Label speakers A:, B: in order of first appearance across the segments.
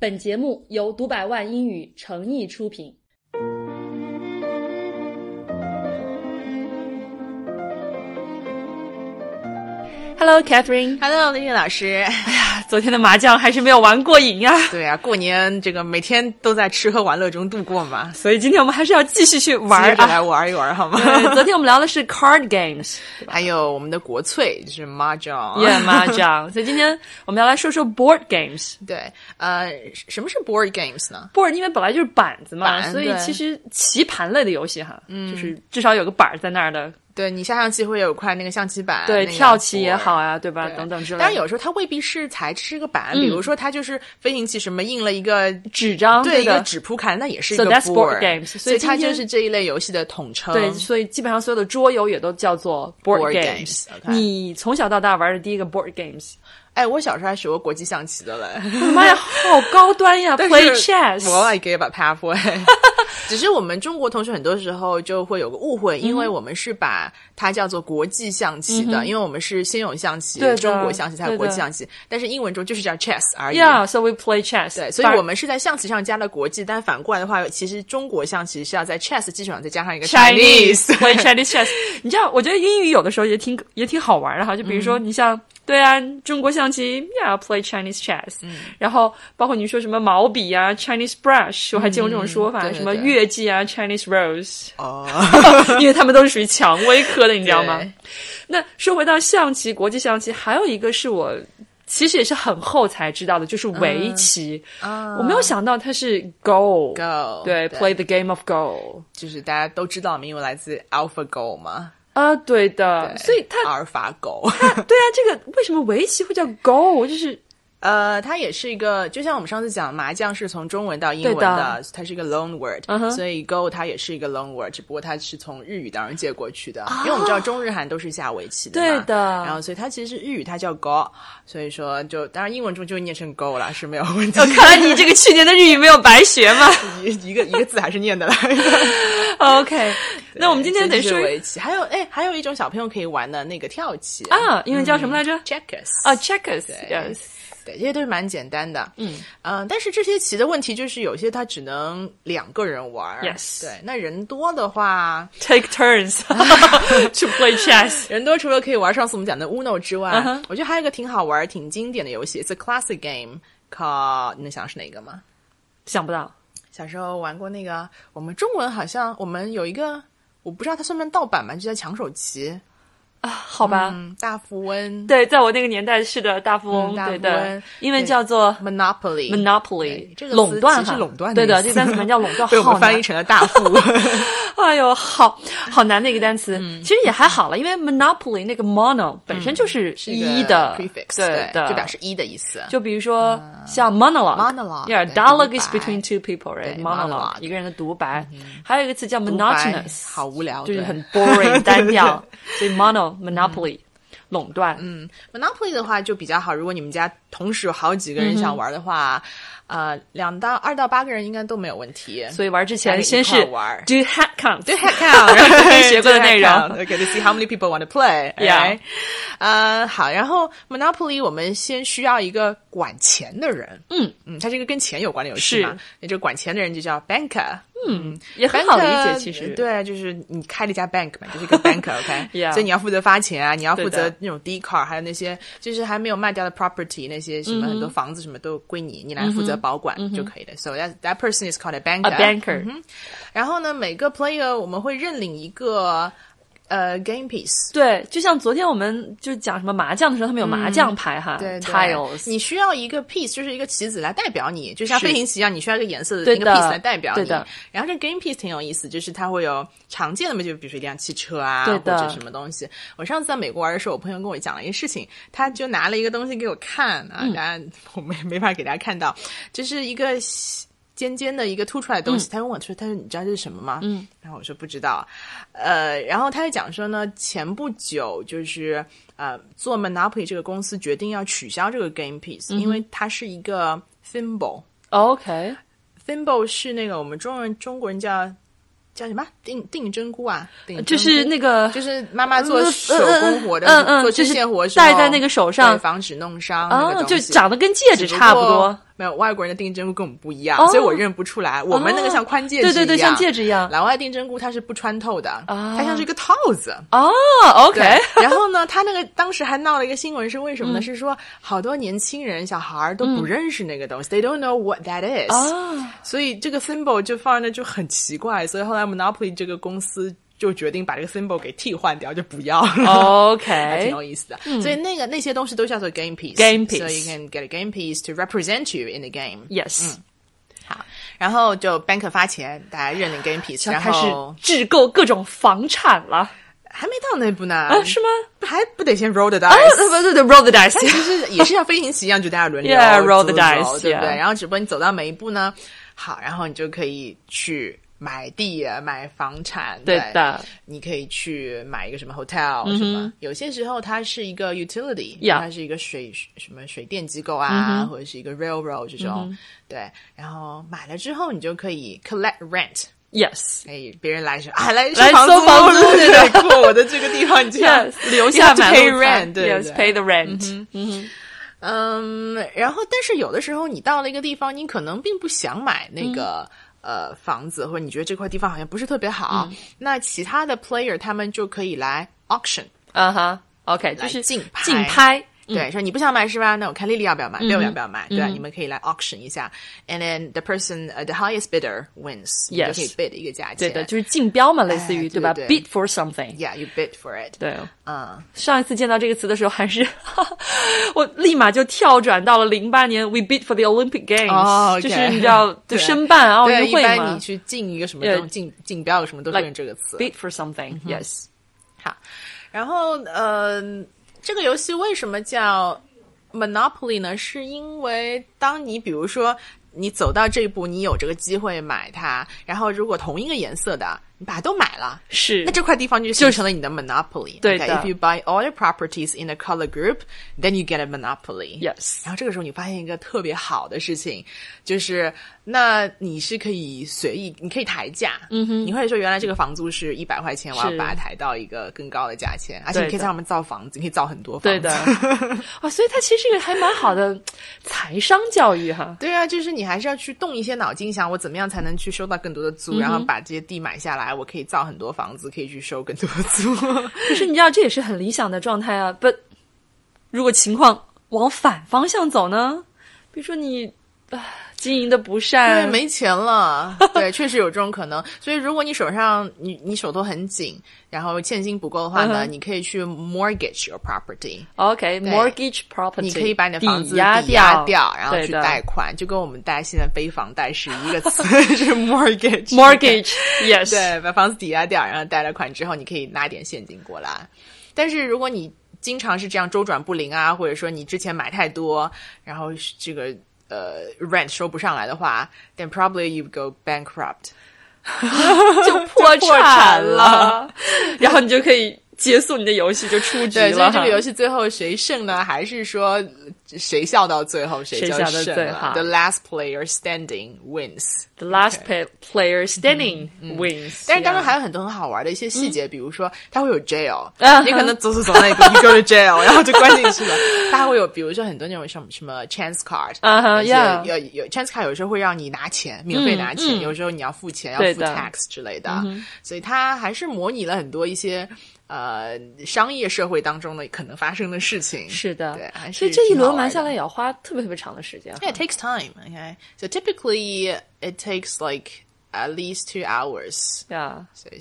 A: 本节目由读百万英语诚意出品。Hello，Catherine。
B: Hello，丽丽老师。
A: 啊昨天的麻将还是没有玩过瘾呀、
B: 对啊，过年这个每天都在吃喝玩乐中度过嘛，
A: 所以今天我们 还是要继续去玩
B: 接
A: 儿
B: 着来
A: 啊。
B: 玩一玩好吗？
A: 对昨天我们聊的是 card games，
B: 还有我们的国粹就是麻将。
A: 夜麻将，所以今天我们要来说说 board games。
B: 对，呃，什么是 board games 呢？
A: board 因为本来就是板嗯子嘛，
B: 板
A: 所以
B: 对
A: 其实棋盘类的游戏哈，就是至少有个板儿在那儿的，
B: 对你下象棋会有块那个象棋板，
A: 对，
B: 那个
A: 跳棋也
B: board
A: 好啊，对吧？
B: 对
A: 等等之类的。嗯
B: 当然有时候它未必是材质是个板，比如说它就是飞行棋什么印了一个
A: 纸张，
B: 对一
A: 哦的
B: 个纸扑克，那也是一
A: So
B: 个
A: that's board games 所
B: 所
A: 以
B: 以它
A: 今天
B: 就是这一类游戏的统称。
A: 对，所以基本上所有的桌游也都叫做 board
B: Board
A: games。
B: games，OK
A: 你从小到大玩的第一个 board games，
B: 哎，我小时候还学过国际象棋的嘞。
A: 妈呀，好高端呀
B: 但
A: ！Play
B: 是我
A: chess，
B: like it but halfway。只是我们中国同学很多时候就会有个误会，因为我们是把它叫做国际象棋的，因为我们是先有象
A: 嗯
B: 棋
A: 对的，
B: 中国象棋，才
A: 对的
B: 有国际象棋，但是英文中就是叫 chess 而已。
A: ，Yeah，so we play chess。
B: 对，所以我们是在象棋上加了国际，但反过来的话，其实中国象棋是要在 chess 基础上再加上一个
A: Chinese
B: Chinese
A: 会 Chinese chess，你知道，我觉得英语有的时候也挺也挺好玩的哈。就比如
B: 嗯
A: 说，你像、对啊，中国象棋，yeah play Chinese chess，、然
B: 嗯
A: 后包括你说什么毛笔啊 Chinese brush，我还见过这种说法，
B: 嗯对对
A: 什么
B: 对
A: 月季啊 Chinese rose，
B: 哦，
A: 因为他们都是属于蔷薇科的，你知道吗
B: 对？
A: 那说回到象棋，国际象棋，还有一个是我其实也是很后才知道的，就是围棋。我没有想到它是 Go，,
B: Go，
A: 嗯啊对
B: 对
A: p l a y the game of Go。
B: 就是大家都知道，因为来自 AlphaGo 嘛，哎
A: 啊，对的，所以它
B: 阿尔法狗。
A: 对啊，这个为什么围棋会叫 Go？就是
B: 呃，它也是一个，就像我们上次讲，麻将是从中文到英文
A: 对的
B: 它是一个 loan word，、
A: 嗯哼
B: 所以 go 它也是一个 loan word，只不过它是从日语当中借过去的，因为我们知道中日韩都是下围棋的嘛，
A: 啊对的
B: 然后所以它其实是日语，它叫 go，所以说就当然英文中就念成 go 啦，是没有问题，
A: 看来你这个去年的日语没有白学嘛。
B: 一个一个字还是念的来。
A: OK，那我们今天得
B: 所
A: 说
B: 以这是围棋，还有哎，还有一种小朋友可以玩的那个跳棋
A: 啊，英文叫什么来着？
B: ，checkers
A: 啊，checkers，yes，
B: 对对，这些都是蛮简单的。嗯嗯，但是这些棋的问题就是有些它只能两个人玩儿。
A: Yes
B: 对，那人多的话，
A: take turns to play chess。
B: 人多除了可以玩上次我们讲的 Uno 之外
A: 嗯哼
B: 我觉得还有一个挺好玩儿、挺经典的游戏，It's a classic game。靠，你能想是哪个吗？
A: 想不到，
B: 小时候玩过那个，我们中文好像我们有一个，我不知道它算不算盗版吧，就叫抢手棋，
A: 啊好吧。
B: 嗯，大富 翁
A: 对，在我那个年代是的，大富翁，
B: 嗯大
A: 对
B: 富
A: 的
B: 翁，
A: 英文
B: 对
A: 叫做
B: Monopoly。
A: monopoly，
B: 对这个
A: 垄断
B: 词其
A: 哈，
B: 实垄断的
A: 对的，
B: 意
A: 这
B: 思
A: 个单词名叫垄断，
B: 被我
A: 好
B: 们翻
A: 难
B: 译，成了大富 翁，
A: 哎呦，好好难的一个单词。
B: 嗯
A: 其实也还好了，因为 monopoly 那个 mono 本身就是一的
B: prefix，
A: 对
B: 就表
A: 的。
B: 示一的意思。
A: 就比如说像 monologue，
B: monologue，
A: yeah
B: 对
A: dialogue
B: 独
A: is
B: 白
A: between two people，right
B: 对
A: monologue
B: monologue 嗯
A: 一个人的独白，还有一个词叫
B: 白
A: monotonous，
B: 好无聊
A: 就是
B: 对
A: 很 boring 单调，所以 mono monopoly 垄断，
B: 嗯，Monopoly 的话就比较好，如果你们家同时有好几个人想玩的话，
A: 嗯
B: 呃，两到二到八个人应该都没有问题。
A: 所以玩之前
B: 大家
A: 先
B: 一
A: 是
B: 块玩儿
A: do head count，
B: 对 head count，然后
A: 之前学过的内容
B: OK, to see how many people want to play.
A: Yeah.
B: right? 呃，好，然后 Monopoly 我们先需要一个管钱的人。
A: 嗯
B: 嗯，它是一个跟钱有关的游戏
A: 是
B: 嘛，那这个管钱的人就叫 banker。
A: 也很
B: bank
A: 好理解，其实
B: 对，就是你开了一家 bank 嘛，就是一个 bank，OK，、
A: Yeah
B: 所以你要负责发钱啊，你要负
A: 对
B: 责
A: 的
B: 那种 D car，还有那些就是还没有卖掉的 property，那些什么很多房子什么都归你，你来负责保管就可以了。So that that person is called a banker
A: 嗯 a。banker，
B: 然后呢，每个 player 我们会认领一个呃 game piece。
A: 对，就像昨天我们就讲什么麻将的时候，他们有麻将牌哈、
B: 嗯对对
A: t i l e s
B: 你需要一个 piece，就是一个棋子来代表你，就像
A: 是
B: 飞行棋一样，你需要一个颜色
A: 对
B: 的
A: 的
B: 一个 piece 来代表你。
A: 对的
B: 然后这 game piece 挺有意思，就是它会有常见的嘛，就比如说一辆汽车啊，
A: 对
B: 或
A: 的
B: 者什么东西。我上次在美国玩的时候，我朋友跟我讲了一个事情，他就拿了一个东西给我看啊，
A: 嗯
B: 大家我没没法给大家看到，就是一个细。尖尖的一个凸出来的东
A: 嗯
B: 西，他问我说：“他说你知道这是什么吗？”嗯，然后我说不知道，呃，然后他就讲说呢，前不久就是呃，做 Monopoly 这个公司决定要取消这个 Game
A: 嗯
B: Piece，、因为它是一个 thimble。
A: OK，
B: thimble 是那个我们中人中国人叫叫什么定定针菇啊？定针菇
A: 呃就是那个
B: 就是妈妈做
A: 嗯
B: 手工活的，
A: 嗯嗯
B: 做
A: 就是
B: 针线活的时候
A: 戴在那个手上
B: 对防止弄伤那
A: 啊
B: 个，东
A: 就
B: 西
A: 长得跟戒指
B: 只
A: 差不
B: 过
A: 多。
B: 没有外国人的定针菇跟我们不一样，
A: 哦
B: 所以我认不出来。我们那个像宽戒指一
A: 对对
B: 样，
A: 对，像戒指一样。
B: 老外定针菇它是不穿透的，
A: 啊
B: 它像是一个套子。
A: 哦，OK，
B: 对，然后呢，他那个当时还闹了一个新闻，是为什么呢？
A: 嗯
B: 是说好多年轻人小孩儿都不认识那个东西、t h e y don't know what that is，、
A: 啊，
B: 所以这个 symbol 就放在那就很奇怪，所以后来 Monopoly 这个公司就决定把这个 symbol 给替换掉，就不要了。
A: 哦
B: 还挺
A: OK，
B: 有意思的，所以那个那些东西都叫做 game piece。
A: Game piece
B: so you can get a game piece to represent you in the game。
A: Yes，
B: 嗯好，然后就 bank 发钱，大家认领 game piece，
A: 要
B: 然
A: 开始
B: 后
A: 制购各种房产了
B: 还没到那步呢，
A: 啊？是吗？
B: 还不得先 roll the
A: 啊，不
B: dice。
A: 对对，roll the
B: 其
A: dice，
B: 实也是像飞行棋一样，就大家轮流
A: Yeah,
B: 自
A: roll the
B: 由
A: dice,
B: 对不对
A: yeah.
B: 然后只不过你走到每一步呢，好，然后你就可以去买地、啊买房产，对
A: 对的，嗯
B: 你可以去买一个什么 hotel 什么。有些时候它是一个 utility，、
A: Yeah 嗯
B: 它是一个水什么水电机构啊，或者是一个 railroad 这种、对。然后买了之后，你就可以 collect rent。
A: Yes，
B: 可以，别人来说啊，来
A: 来
B: 房
A: 收房
B: 租
A: 租对的
B: 对，过我的这个地方，你这样
A: Yes，留
B: You
A: 下
B: have to
A: 买
B: pay
A: 路
B: rent，
A: 钱
B: 对对
A: Yes, pay the rent。嗯
B: 嗯，然后但是有的时候你到了一个地方，你可能并不想买
A: 嗯
B: 那个、呃房子，或者你觉得这块地方好像不是特别好，
A: 嗯
B: 那其他的 player 他们就可以来 auction，、
A: 啊哈，OK，
B: 来
A: 就是
B: 竞拍
A: 竞拍。
B: 对，说你不想买是吧？那我看丽丽要不要买，贝、
A: 嗯
B: 要不要买，对吧？你们可以来 auction 一下，and then the person、uh, the highest bidder wins，你就
A: Yes
B: 可以 bid 一个价
A: 对
B: 钱，
A: 的，就是竞标嘛，类似于
B: 哎
A: 吧
B: 对对
A: ？Bid for something。
B: ，yeah，you bid for it，
A: 对，
B: 嗯，
A: 上一次见到这个词的时候，还是 我立马就跳转到了零八年 We bid for the Olympic Games，、
B: 哦，OK
A: 就是你知道就
B: 对
A: 申办奥
B: 对，
A: 运
B: 一
A: 会
B: 般
A: 嘛
B: 你去进一个什么
A: 对
B: 东竞竞标什么都是
A: Like
B: 用这个词，
A: ，bid for
B: 嗯
A: something，yes，
B: 好，然后呃，这个游戏为什么叫 Monopoly 呢？是因为当你比如说你走到这一步，你有这个机会买它，然后如果同一个颜色的你把它都买了。
A: 是
B: 那这块地方就形成了你的 monopoly。
A: 对
B: o
A: 的
B: k if you buy all the properties in a color group, then you get a monopoly.
A: yes，
B: 然后这个时候你发现一个特别好的事情，就是那你是可以随意，你可以抬价。嗯哼，你会说原来这个房租是一百块钱，我要
A: 是
B: 把它抬到一个更高的价钱，而且你可
A: 对
B: 以
A: 的
B: 在上面造房子，你可以造很多房
A: 对
B: 子。
A: 的， 啊，所以它其实是一个还蛮好的财商教育 哈。
B: 对啊，就是你还是要去动一些脑筋，想我怎么样才能去收到更多的
A: 嗯
B: 租，然后把这些地买下来，我可以造很多房子，可以去收更多的租。
A: 可是你知道这也是很理想的状态啊，but 如果情况往反方向走呢？比如说你啊经营的不善，
B: 对，没钱了，对，确实有这种可能。所以，如果你手上你你手头很紧，然后现金不够的话呢，
A: 嗯哼
B: 你可以去 mortgage your property，
A: OK，mortgage、property，
B: 你可以把你的房子
A: 抵押
B: 抵押
A: 掉，
B: 掉，然后
A: 对
B: 去
A: 的
B: 贷款，就跟我们贷现在背房贷是一个词， 是 mortgage。
A: mortgage，yes，
B: 对，把房子抵押掉，然后贷了款之后，你可以拿点现金过来。但是如果你经常是这样周转不灵啊，或者说你之前买太多，然后是这个呃 rent 收不上来的话，then probably you go bankrupt。
A: 就破
B: 就破产了
A: 了，然后你就可以结束你的游戏，就出局
B: 对，所
A: 了
B: 以
A: 哈。
B: 这个游戏最后谁胜呢？还是说谁笑到最后谁就
A: 谁笑到
B: 胜
A: 最
B: 了
A: 后
B: ？The last player standing wins。
A: The last play- player standing wins，
B: 嗯但是当
A: yeah
B: 中还有很多很好玩的一些细节，比如说它会有 jail，、
A: 嗯
B: 你可能走走走那一步 you go to jail，然后就关进去 了。它还会有比如说很多那种什么什么 chance card，
A: 嗯哼
B: 有些
A: yeah 嗯
B: 有有 chance card 有时候会让你拿钱，免费拿钱，有时候你要付钱，要
A: 对
B: 付
A: 的嗯
B: tax 之类的，所以它还是模拟了很多一些呃商业社会当中的可能发生的事情。
A: 是的
B: 对，还，是
A: 所以这一轮玩
B: 挺
A: 下
B: 好玩的
A: 来也要花特别特别长的时间。
B: Yeah, it takes time. Okay, so typically it takes like at least two hours.
A: 对啊，
B: 所以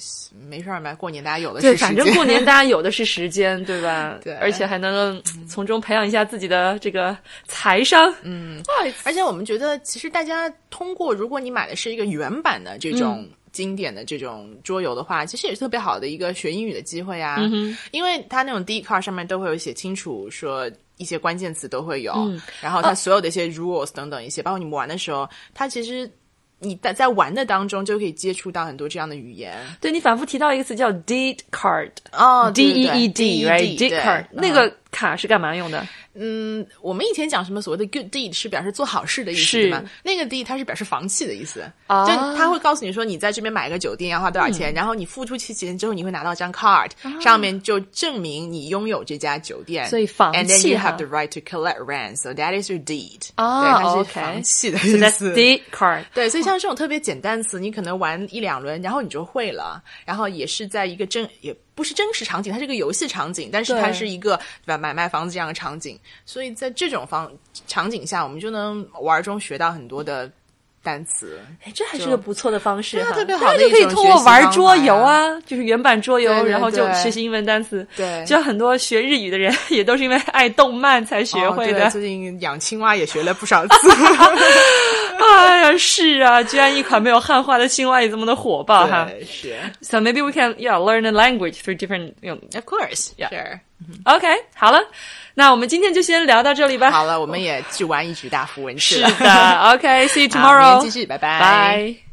B: 没事儿嘛，过年大家有的
A: 对，
B: 是时
A: 反
B: 间。
A: 正过年大家有的是时间，对吧？
B: 对
A: 而且还能从中培养一下自己的这个财商。嗯，
B: 而且我们觉得，其实大家通过，如果你买的是一个原版的这种
A: 嗯
B: 经典的这种桌游的话，其实也是特别好的一个学英语的机会啊。
A: 嗯
B: 因为它那种 D card 上面都会有写清楚说。一些关键词都会有，
A: 嗯
B: 然
A: 哦
B: 后它所有的一些 rules 等等一些，包括你们玩的时候，它其实你在在玩的当中就可以接触到很多这样的语言
A: 对你反复提到一个词叫 deed card，D
B: 哦 E
A: E E D，right？deed card，那
B: 个。
A: 个卡是干嘛用的？
B: 嗯，我们以前讲什么所谓的 good deed 是表示做好事的意思，
A: 是
B: 对吗？那个 deed 它是表示房契的意思，
A: 啊嗯
B: 就他会告诉你说你在这边买个酒店要花多少钱，然后你付出去钱之后，你会拿到一张 card，、上面就证明你拥有这家酒店。
A: 啊所以房
B: and then
A: 契
B: you
A: 哈
B: have the right to collect rent，so that is your deed。
A: 啊
B: 对，它是
A: OK
B: 房契的
A: So
B: 意
A: that's
B: 思。
A: the card.
B: 对，所以像这种特别简单的词，你可能玩一两轮，然后你就会了。然后也是在一个真，也不是真实场景，它是个游戏场景，但是它
A: 对
B: 是一个对吧买卖房子这样的场景。
A: 嗯
B: 所以在这种方场景下，我们就能玩中学到很多的单词。
A: 哎，这还是个不错的方式
B: 对啊
A: 哈，
B: 特别好
A: 大家
B: 的
A: 就
B: 一
A: 可以
B: 种
A: 通
B: 学
A: 过
B: 习
A: 玩
B: 方
A: 桌
B: 法
A: 游
B: 呀
A: 啊，就是原版桌游，
B: 对对
A: 然后就
B: 对
A: 学习英文单词。
B: 对
A: 就很多学日语的人 也都是因为爱动漫才学
B: 哦
A: 会
B: 对
A: 的。
B: 最近养青蛙也学了不少 字。
A: 哎呀，是啊，居然一款没有汉化的青蛙也这么的火爆哈。
B: 对，是
A: So maybe we can yeah learn a language through different you know,
B: of course，
A: Yeah
B: 是。
A: OK，好了，那我们今天就先聊到这里吧。
B: 好了，我们也去玩一局大富翁去
A: 是
B: 了。
A: 的，OK，see、you
B: 好，明天
A: tomorrow，
B: 继续，拜拜。
A: 拜。